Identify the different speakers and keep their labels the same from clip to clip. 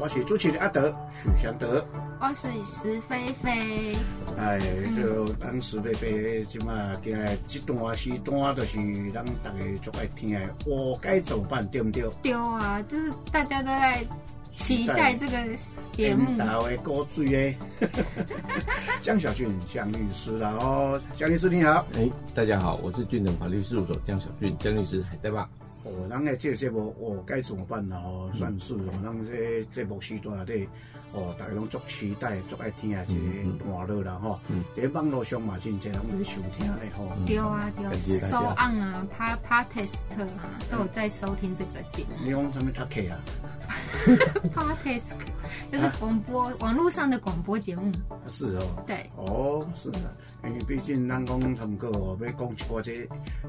Speaker 1: 我是主持人阿德许祥德。
Speaker 2: 我哦是石飞飞，
Speaker 1: 哎，就咱是非非即马今日这段时段，就是咱大家足爱听的《我该怎么办》，对不对？
Speaker 2: 丢啊！就是大家都在期待这个节目
Speaker 1: 天，道的高追诶，江小俊江律师啦哦，江律师你好。
Speaker 3: 哎，大家好，我是俊腾法律事务所江小俊，江律师还在吧？
Speaker 1: 哦，咱的这个节目哦该怎么办啦？哦，算是哦，咱这节目时段内底哦，大家拢足期待、足爱听的一个段落啦吼。伫网络上嘛，真侪人在收听咧吼。
Speaker 2: 丢啊丢啊
Speaker 3: 感谢大家
Speaker 2: 收案啊，趴趴 test 啊，都有在收听这个节目。
Speaker 1: 你讲什么读客啊？
Speaker 2: 趴 test 就是广播网络上的广播节目，
Speaker 1: 是哦。
Speaker 2: 对，
Speaker 1: 哦，是啊，因为毕竟咱讲通过哦，要讲一寡这，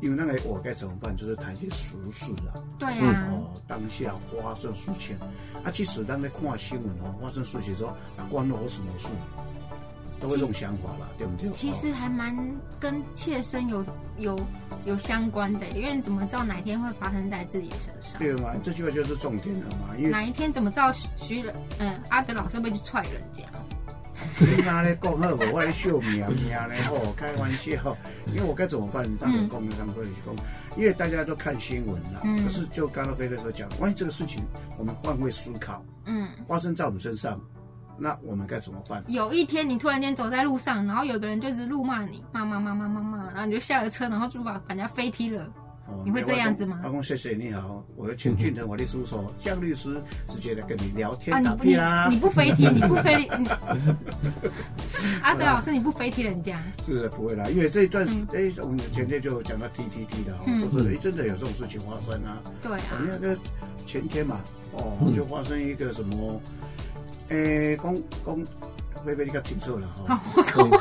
Speaker 1: 因为那个我该怎么办，就是谈一些时事啦。
Speaker 2: 对啊，
Speaker 3: 嗯
Speaker 1: 哦，当下发生事情，啊，其实咱在看新闻哦，发生事情说啊，关我什么事，都会这种想法啦，对不对？
Speaker 2: 其实
Speaker 1: 哦
Speaker 2: 还蛮跟切身有有有相关的，因为你怎么知道哪一天会发生在自己身上？
Speaker 1: 对嘛，这句话就是重点了嘛，因为
Speaker 2: 哪一天怎么知道徐徐仁嗯阿德老师会去踹人家？
Speaker 1: 你妈咧讲好无，我咧笑命命啊咧吼，开玩笑。因为我该怎么办？当然讲，当然就是讲，因为大家都看新闻啦。
Speaker 2: 嗯
Speaker 1: 可是就刚刚飞哥所讲，万一这个事情我们换位思考，
Speaker 2: 嗯，
Speaker 1: 发生在我们身上，那我们该怎么办？
Speaker 2: 有一天你突然间走在路上，然后有个人就一直怒骂你，骂骂骂骂骂骂，然后你就下了车，然后就把把人家飞踢了。
Speaker 1: 哦
Speaker 2: 你会这样子吗
Speaker 1: 阿公谢谢你好，我要请俊腾我律师所江律师直接来跟你聊
Speaker 2: 啊，
Speaker 1: 天
Speaker 2: 你
Speaker 1: 打
Speaker 2: 不
Speaker 1: 屁
Speaker 2: 你
Speaker 1: 啦
Speaker 2: 你。不飞 踢，你不飞你，啊阿
Speaker 1: 啊
Speaker 2: 德老师你不飞踢人家，
Speaker 1: 是的，不会啦，因为这一段
Speaker 2: 嗯
Speaker 1: 哎，我们前天就讲到 T T T 的
Speaker 2: 嗯
Speaker 1: 哦，都是哎真的有这种事情发生啊。
Speaker 2: 对
Speaker 1: 我
Speaker 2: 啊，
Speaker 1: 那个前天嘛，哦，就发生一个什么，诶，讲讲，菲菲你较清楚啦吼。
Speaker 2: 嗯好，我
Speaker 3: 嗯
Speaker 2: 跟我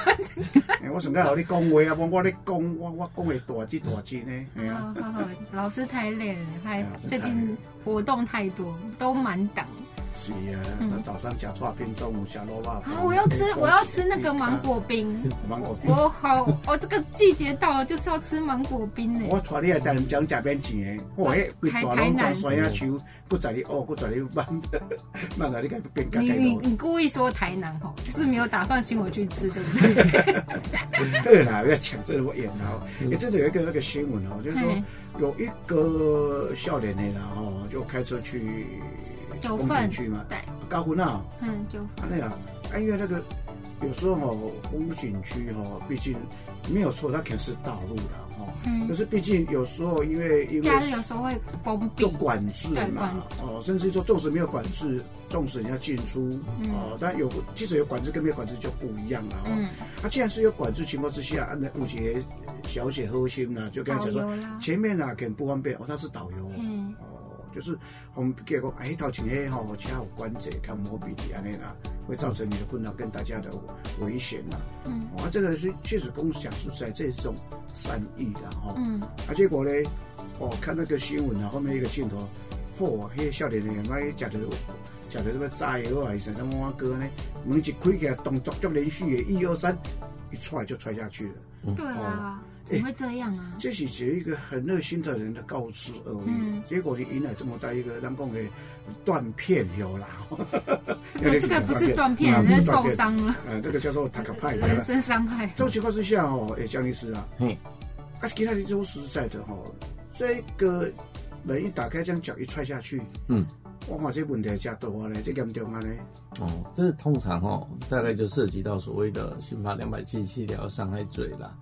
Speaker 1: 诶，我想讲互你讲话啊，无我咧讲，我我讲会大字大字呢，系啊。
Speaker 2: 好好好老师太累了，太
Speaker 1: 哎呀
Speaker 2: 最近活动太多，都满档。
Speaker 1: 是啊，那早上吃串冰，中午吃卤肉饭。
Speaker 2: 嗯啊，我要吃我要吃那个芒果冰，
Speaker 1: 芒果冰。
Speaker 2: 我好，我这个季节到了就是要吃芒果冰呢。
Speaker 1: 我带你来带你讲食免钱的，我迄规大拢全山啊手，搁在你学，搁在你慢慢啊，你家变家
Speaker 2: 你
Speaker 1: 己
Speaker 2: 你
Speaker 1: 路。
Speaker 2: 你故意说台南吼，就是没有打算请我去吃，对不对？
Speaker 1: 对啦，不要抢这个演啊！也真的有一个那个新闻哦，就是说
Speaker 2: 嘿
Speaker 1: 有一个笑脸的啦哦，就开车去
Speaker 2: 九
Speaker 1: 公
Speaker 2: 份
Speaker 1: 园去嘛，
Speaker 2: 对，
Speaker 1: 高湖那
Speaker 2: 嗯，就
Speaker 1: 那个，哎因为那个有时候哦，风景区哦，毕竟没有错，它肯是道路啦哦，可
Speaker 2: 嗯，
Speaker 1: 是毕竟有时候因为因为
Speaker 2: 假日有时候会封
Speaker 1: 就
Speaker 2: 闭，
Speaker 1: 管制
Speaker 2: 对管
Speaker 1: 嘛，哦，甚至说纵使没有管制，纵使人家进出，
Speaker 2: 嗯
Speaker 1: 哦，但有即使有管制跟没有管制就不一样了哦。
Speaker 2: 嗯，
Speaker 1: 那、既然是有管制情况之下，啊那五姐小姐核心呢，就跟他
Speaker 2: 导
Speaker 1: 讲说，
Speaker 2: 游啦，
Speaker 1: 前面啊可能不方便，哦，他是导游哦，
Speaker 2: 嗯
Speaker 1: 哦，就是我们给个哎，到前黑吼，其他有关节看摩比体啊那啦，会造成你的困扰跟大家的危险呐、
Speaker 2: 嗯
Speaker 1: 哦，啊这个是确实公司讲述在这种善意的哈、哦，
Speaker 2: 嗯，
Speaker 1: 啊结果呢，哦看那个新闻啊，后面一个镜头，嚯、那个笑脸的妈食着食着什么炸药啊，什么碗糕呢，门一开起来，动作就连续的，一二三，一踹就踹下去了。
Speaker 3: 嗯
Speaker 2: 对
Speaker 3: 哦
Speaker 2: 啊，怎么会这样啊？
Speaker 1: 这是只有一个很热心的人的告知而已，
Speaker 2: 嗯
Speaker 1: 结果你迎来这么大一个让共给断片有 啦，
Speaker 2: 这个这个不是断片，
Speaker 1: 啊不
Speaker 2: 人
Speaker 1: 是
Speaker 2: 家
Speaker 1: 断
Speaker 2: 受
Speaker 1: 片
Speaker 2: 伤了，
Speaker 1: 呃，这个叫做塔卡 派
Speaker 2: 人
Speaker 1: 的。
Speaker 2: 身伤害。
Speaker 1: 这种情况之下哦，哎，江律师啊，
Speaker 3: 嘿，
Speaker 1: 啊，其他的都实在的哈、哦，这个门一打开，这样脚一踹下去，
Speaker 3: 嗯，
Speaker 1: 我看这问题加多嘞，这严重啊嘞，
Speaker 3: 哦，这通常哦，大概就涉及到所谓的刑法两百七十七条伤害罪啦。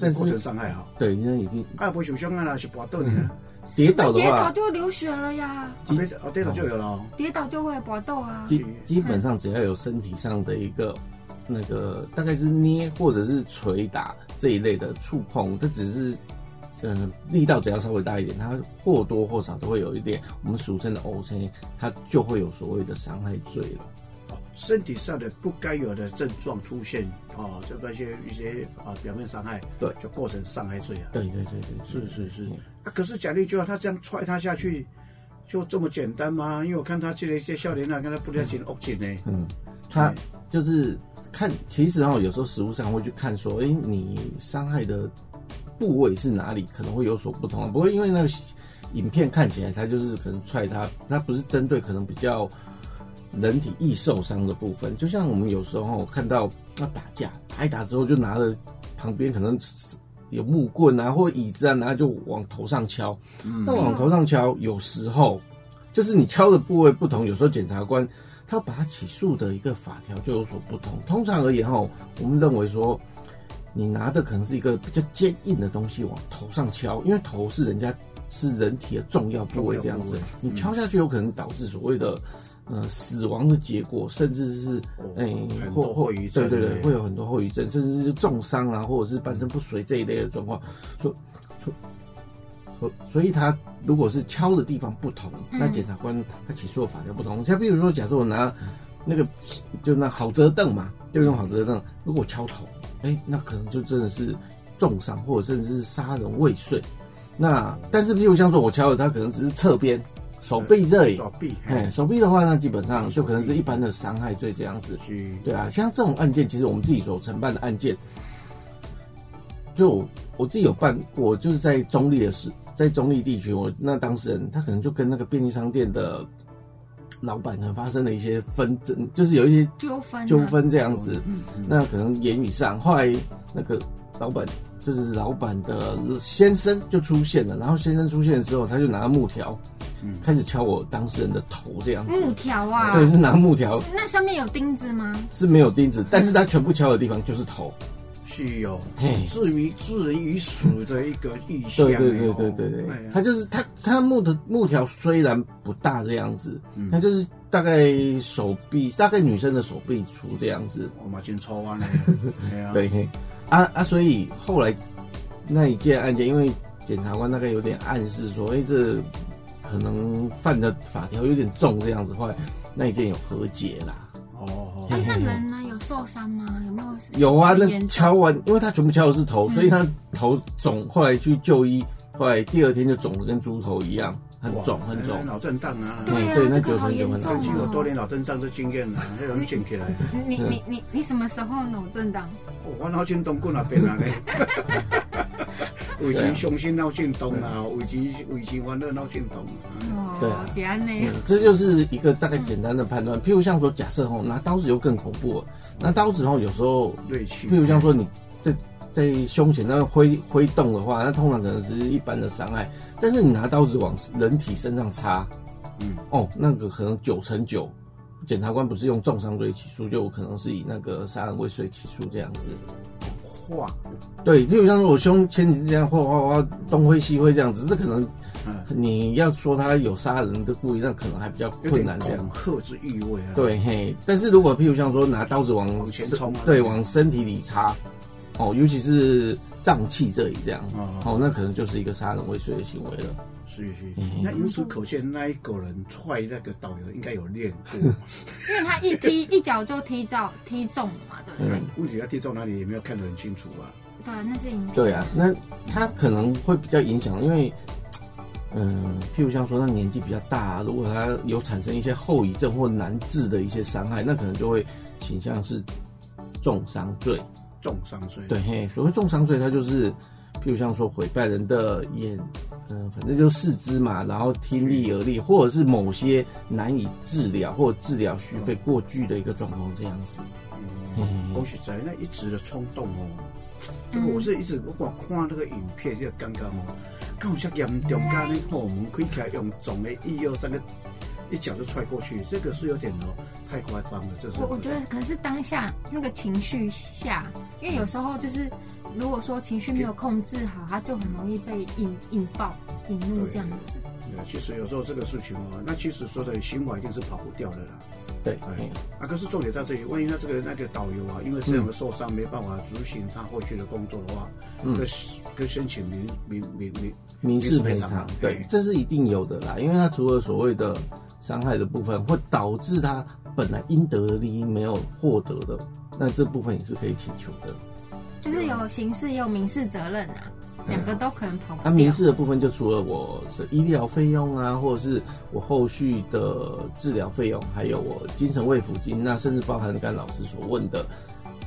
Speaker 3: 但
Speaker 1: 这
Speaker 3: 是
Speaker 1: 构成伤害哈、
Speaker 3: 对，那一定
Speaker 1: 啊，不会受伤啊啦，是拔断的
Speaker 3: 嗯
Speaker 1: 啊，
Speaker 3: 跌倒的
Speaker 2: 哎跌倒
Speaker 3: 话，
Speaker 2: 就流血了呀，
Speaker 1: 啊，
Speaker 3: 嗯
Speaker 1: 对哦，对了就有了、哦，
Speaker 2: 跌倒就会搏斗啊。
Speaker 3: 基基本上只要有身体上的一个那个，大概是捏或者是捶打这一类的触碰，这只是。嗯，力道只要稍微大一点，它或多或少都会有一点我们俗称的 O C，它就会有所谓的伤害罪了。
Speaker 1: 哦，身体上的不该有的症状出现，哦，这个一些一些啊表面伤害，
Speaker 3: 对
Speaker 1: 就构成伤害罪啊。
Speaker 3: 对对对对，是是是，
Speaker 1: 啊，可是奖励就要他这样踹他下去，就这么简单吗？因为我看他这个一些笑脸啊，跟他不太紧恶紧呢。
Speaker 3: 嗯，他就是看，其实哦，有时候实物上会去看说，哎、你伤害的部位是哪里，可能会有所不同。不过因为那个影片看起来，他就是可能踹他，他不是针对可能比较人体易受伤的部分。就像我们有时候看到那打架，打一打之后就拿着旁边可能有木棍啊或椅子啊，然后就往头上敲。
Speaker 1: 嗯
Speaker 3: 那往头上敲，有时候就是你敲的部位不同，有时候检察官他把他起诉的一个法条就有所不同。通常而言哈，我们认为说。你拿的可能是一个比较坚硬的东西往头上敲，因为头是人家是人体的重要部位，这样
Speaker 1: 重
Speaker 3: 子
Speaker 1: 要部位
Speaker 3: 你敲下去有可能导致所谓的呃死亡的结果，甚至是
Speaker 1: 哦
Speaker 3: 哎、
Speaker 1: 很
Speaker 3: 或
Speaker 1: 多
Speaker 3: 或
Speaker 1: 后遗症
Speaker 3: 对对对，
Speaker 1: 对
Speaker 3: 会有很多后遗症，甚至是重伤啊，或者是半身不遂这一类的状况。所所所所以他如果是敲的地方不同，
Speaker 2: 嗯
Speaker 3: 那检察官他起诉的法条不同。像比如说，假设我拿那个就那好折凳嘛，就用好折凳，如果我敲头，哎、那可能就真的是重伤，或者甚至是杀人未遂。那但是，譬如像说我敲的，他可能只是侧边手臂这里，
Speaker 1: 手臂，
Speaker 3: 哎，
Speaker 1: 哎，
Speaker 3: 手臂的话呢，基本上就可能是一般的伤害罪这样子。
Speaker 1: 是，
Speaker 3: 对啊，像这种案件，其实我们自己所承办的案件，就我我自己有办过，就是在中立的市，在中立地区，我那当事人他可能就跟那个便利商店的老板可能发生了一些纷争，就是有一些
Speaker 2: 纠纷啊
Speaker 3: 纠纷这样子。
Speaker 1: 嗯嗯
Speaker 3: 那可能言语上，后来那个老板就是老板的先生就出现了，然后先生出现之后，他就拿木条
Speaker 1: 嗯
Speaker 3: 开始敲我当事人的头这样子。
Speaker 2: 木条啊，
Speaker 3: 对，是拿木条，
Speaker 2: 那上面有钉子吗？
Speaker 3: 是没有钉子，但是他全部敲的地方就是头。
Speaker 1: 是有
Speaker 3: 嘿
Speaker 1: 置于置人于死的一个意向
Speaker 3: 对
Speaker 1: 哎哦，
Speaker 3: 对对对对对
Speaker 1: 哎，呀
Speaker 3: 他就是他他木头木条虽然不大这样子，
Speaker 1: 嗯
Speaker 3: 他就是大概手臂，大概女生的手臂粗这样子。
Speaker 1: 我嘛真抽完了， 哎呀，
Speaker 3: 对，嘿啊啊，所以后来那一件案件，因为检察官大概有点暗示说，哎、这可能犯的法条有点重这样子，后来那一件有和解啦。
Speaker 1: 哦哦
Speaker 2: 啊
Speaker 3: 嘿，
Speaker 2: 那人呢？有受伤吗？有没有？
Speaker 3: 嗯有啊，
Speaker 2: 很
Speaker 3: 那
Speaker 2: 严重
Speaker 3: 敲完，因为他全部敲的是头，所以他头肿，后来去就医，后来第二天就肿的跟猪头一样，很肿
Speaker 1: 哇
Speaker 3: 很肿
Speaker 1: 哎。脑震荡啊，
Speaker 2: 对啊，
Speaker 3: 对那
Speaker 2: 这个好
Speaker 3: 纠
Speaker 2: 严
Speaker 3: 纷纠纷
Speaker 2: 重
Speaker 1: 曾经有多
Speaker 2: 哦。
Speaker 1: 年脑震荡的经验啊啦，迄种捡起来，
Speaker 2: 你你你你什么时候脑震荡？
Speaker 1: 哦我脑震荡过那边啊 咧。为钱伤心脑震荡啊，为钱为钱欢乐脑震荡啊，
Speaker 3: 对
Speaker 2: 哦
Speaker 3: 啊，
Speaker 2: 血安内
Speaker 3: 嗯，这就是一个大概简单的判断。譬如像说，假设吼拿刀子就更恐怖了，拿刀子吼有时候
Speaker 1: 锐气。
Speaker 3: 譬如像说你在在胸前那边挥挥动的话，那通常可能只是一般的伤害，但是你拿刀子往人体身上插，
Speaker 1: 嗯，
Speaker 3: 哦，那个可能九成九，检察官不是用重伤罪起诉，就有可能是以那个杀人未遂起诉这样子。
Speaker 1: 话，
Speaker 3: 对，譬如像说我胸前几天这样哗哗哗东挥西挥这样子，这可能
Speaker 1: 嗯，
Speaker 3: 你要说他有杀人的故意，那可能还比较
Speaker 1: 有
Speaker 3: 困
Speaker 1: 点
Speaker 3: 难这样
Speaker 1: 恐。吓之意味啊。，
Speaker 3: 对嘿，但是如果譬如像说拿刀子往
Speaker 1: 往前
Speaker 3: 身
Speaker 1: 冲啊
Speaker 3: 对，往身体里插，哦，尤其是脏器这里这样，
Speaker 1: 哦
Speaker 3: 哦，那可能就是一个杀人未遂的行为了。
Speaker 1: 是是
Speaker 3: 嗯。
Speaker 1: 那由此可见，那一个人踹那个导游应该有练过。
Speaker 2: 因为他一 踢一脚就踢到踢中了嘛，对不对？
Speaker 3: 嗯，
Speaker 1: 问题他地中哪里也没有看得很清楚啊。
Speaker 2: 对，那是影
Speaker 3: 对啊，那他可能会比较影响，因为。嗯，譬如像说他年纪比较大、如果他有产生一些后遗症或难治的一些伤害，那可能就会倾向是重伤罪。
Speaker 1: 重伤罪。
Speaker 3: 对，嘿，所谓重伤罪，它就是，譬如像说毁败人的眼，嗯、反正就是四肢嘛，然后听力、耳力，或者是某些难以治疗或者治疗学费过巨的一个状况这样子。
Speaker 1: 嗯，恭喜仔那一直的冲动哦。
Speaker 2: 嗯
Speaker 1: 这个我是一直我看那个影片，就刚刚哦，刚好像严重到那后门开起来用总的一二三个一脚就踹过去，这个是有点哦太夸张了，这是
Speaker 2: 我我觉得可能是当下那个情绪下，因为有时候就是如果说情绪没有控制好，他就很容易被引引爆、引怒这样子。
Speaker 1: 呃，其实有时候这个事情哦，那其实说的刑法一定是跑不掉的啦。
Speaker 3: 对，
Speaker 1: 哎
Speaker 3: 嘿，
Speaker 1: 啊，可是重点在这里，万一他这个那个导游啊，因为这样的受伤没办法执行他后续的工作的话，
Speaker 3: 嗯
Speaker 1: 跟跟申请民民民民
Speaker 3: 民事赔
Speaker 1: 赔
Speaker 3: 偿
Speaker 1: 偿，
Speaker 3: 对
Speaker 1: 嘿，
Speaker 3: 这是一定有的啦，因为它除了所谓的伤害的部分，会导致他本来应得的利益没有获得的，那这部分也是可以请求的。
Speaker 2: 就是有刑事也有民事责任啊，两个都可能跑不
Speaker 3: 那、
Speaker 2: 掉。
Speaker 3: 民事的部分就除了我是医疗费用啊，或者是我后续的治疗费用，还有我精神慰抚金，那甚至包含刚才老师所问的，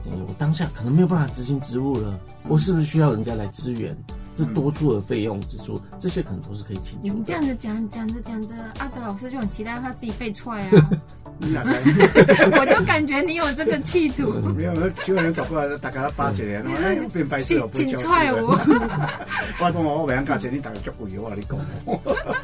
Speaker 3: 嗯、我当下可能没有办法执行职务了，我是不是需要人家来支援？这多出的费用支出，这些可能都是可以请
Speaker 2: 你
Speaker 3: 求
Speaker 2: 们这
Speaker 3: 的
Speaker 2: 样。子讲讲着讲着，阿德老师就很期待他自己被踹啊，
Speaker 1: 你哪知？
Speaker 2: 我就感觉你有这个企图，
Speaker 1: 没有，小人走过来，大家都巴结咧，哎，变白痴
Speaker 2: 请
Speaker 1: 又不
Speaker 2: 请
Speaker 1: 交
Speaker 2: 踹我。
Speaker 1: 我讲我袂晓教钱，你大家足贵嘅，我跟你讲。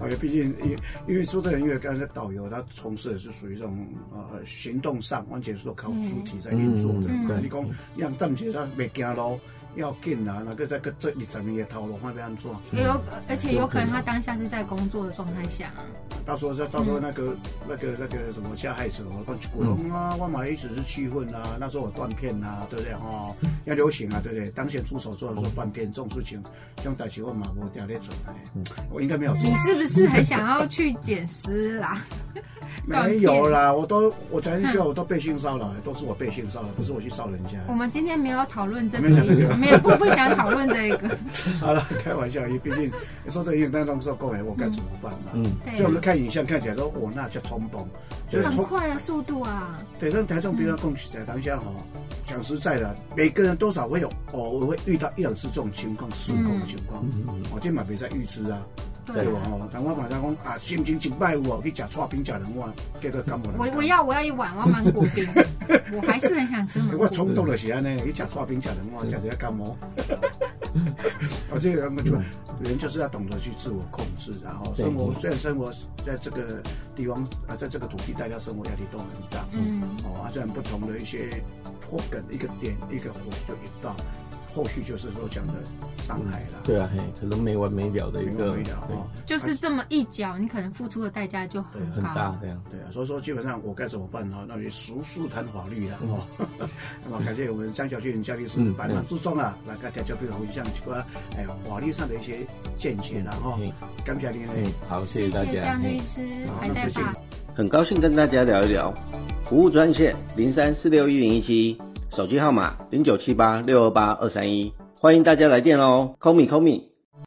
Speaker 1: 而且毕竟，因因为说真的，因为刚才导游他从事的是属于这种呃行动上，完全是靠肢体在运作的。
Speaker 3: 嗯嗯嗯
Speaker 1: 你讲让站起来袂惊路，要紧啊，那个再个这二十年的头路，看要安怎？
Speaker 2: 也有，而且有可能他当下是在工作的状态下，啊
Speaker 1: 到时候到时候那个、那个那个什么加害者，我乱去滚啊，万马一时是气愤啊，那时候我断片啊，对不对哦？要流行啊，对不对？当前出手做的时候断片这种事情，这种代志我嘛无定咧做哎，我应该没有做
Speaker 2: 你，是不是很想要去捡尸啦？ 断
Speaker 1: 没
Speaker 2: 片
Speaker 1: 有啦，我都我讲一句，我都被性骚扰，都是我被性骚扰，不是我去骚人家。
Speaker 2: 我们今天没有讨论这
Speaker 1: 没有这
Speaker 2: 个
Speaker 1: 个，
Speaker 2: 没有不不想讨论这 个。
Speaker 1: 好了，开玩笑，因为毕竟说这个那当时候购买我该怎么办嘛？
Speaker 3: 嗯
Speaker 2: 对
Speaker 1: 所以我们看影像看起来说，我那叫冲动，就是
Speaker 2: 很
Speaker 1: 冲
Speaker 2: 快啊，速度啊，
Speaker 1: 对，但台中比较共起在当下哈，讲实在的，每个人多少会有偶尔会遇到一两次这种情况，失控的情况。
Speaker 3: 嗯
Speaker 1: 哦我今晚别再预知啊，
Speaker 2: 对
Speaker 1: 对吧？
Speaker 2: 啊。
Speaker 1: 吼，但我马上讲啊，心情真歹有哦，去吃串冰、吃两碗，结果感冒了。
Speaker 2: 我我要我要一碗，我要芒果 冰，我还是很想吃芒
Speaker 1: 我
Speaker 2: 果冰。
Speaker 1: 冲动就是安尼，去吃串冰、吃两碗，吃一下感冒。我这个人就人就是要懂得去自我控制，然后生活
Speaker 3: 对
Speaker 1: 虽然生活在这个地方啊，在这个土地，大家生活压力都很大。
Speaker 2: 嗯，
Speaker 1: 哦，啊，这样不同的一些破梗，一个点一个火就引到，后续就是说讲的伤害啦，
Speaker 3: 对啊，嘿，可能没完没了嗯的一
Speaker 1: 没
Speaker 3: 个，
Speaker 1: 完没了
Speaker 3: 对
Speaker 1: 哦，
Speaker 2: 就是这么一脚，你可能付出的代价就很
Speaker 3: 很
Speaker 2: 高。
Speaker 3: 大这样。
Speaker 1: 对啊，所以说基本上我该怎么办呢？那就熟速谈法律啦，哦， 那么感谢我们张小俊教律师
Speaker 3: 嗯
Speaker 1: 办案注重啊，那大家就比较分享几个哎法律上的一些见解啦，哈
Speaker 3: 嗯，
Speaker 1: 感谢您嘞。
Speaker 3: 嗯，好，谢
Speaker 2: 谢
Speaker 3: 谢大
Speaker 2: 谢
Speaker 3: 家。
Speaker 2: 江
Speaker 3: 嘿
Speaker 2: 律师，
Speaker 1: 好
Speaker 2: 还在
Speaker 1: 谢谢
Speaker 2: 吧。
Speaker 4: 很高兴跟大家聊一聊。服务专线零三四六一零一七，手机号码零九七八六二八二三一，欢迎大家来电哦。Call me, call me。